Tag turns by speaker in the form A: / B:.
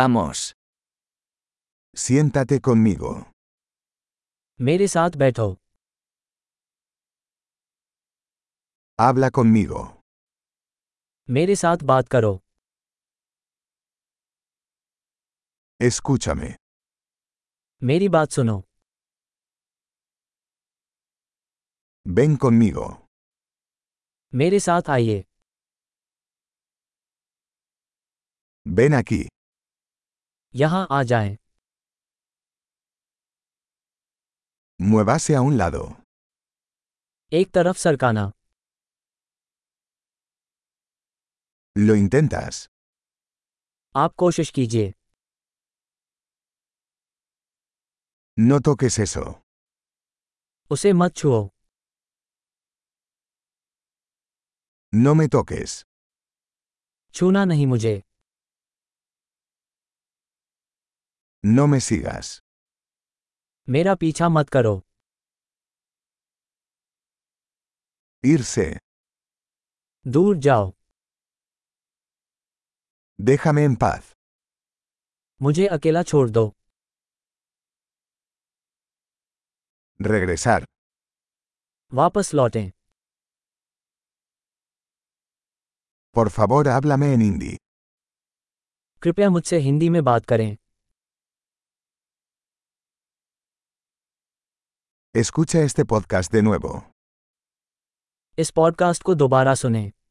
A: Vamos.
B: Siéntate conmigo.
C: मेरे साथ बैठो
B: Habla conmigo.
C: मेरे साथ बात करो
B: Escúchame.
C: मेरी बात सुनो
B: Ven conmigo.
C: मेरे साथ आइए
B: Ven aquí.
C: यहाँ आ जाएं।
B: Muévase a un lado.
C: एक तरफ सरकाना
B: Lo intentas.
C: आप कोशिश कीजिए
B: No toques eso.
C: उसे मत छुओ
B: No me toques.
C: छूना नहीं मुझे
B: No me sigas.
C: मेरा पीछा मत करो
B: Irse.
C: दूर जाओ
B: Déjame en paz.
C: मुझे अकेला छोड़ दो
B: Regresar.
C: वापस लौटें
B: Por favor, háblame en hindi.
C: कृपया मुझसे हिंदी में बात करें
B: Escucha este podcast de nuevo.
C: इस पॉडकास्ट को दोबारा सुनें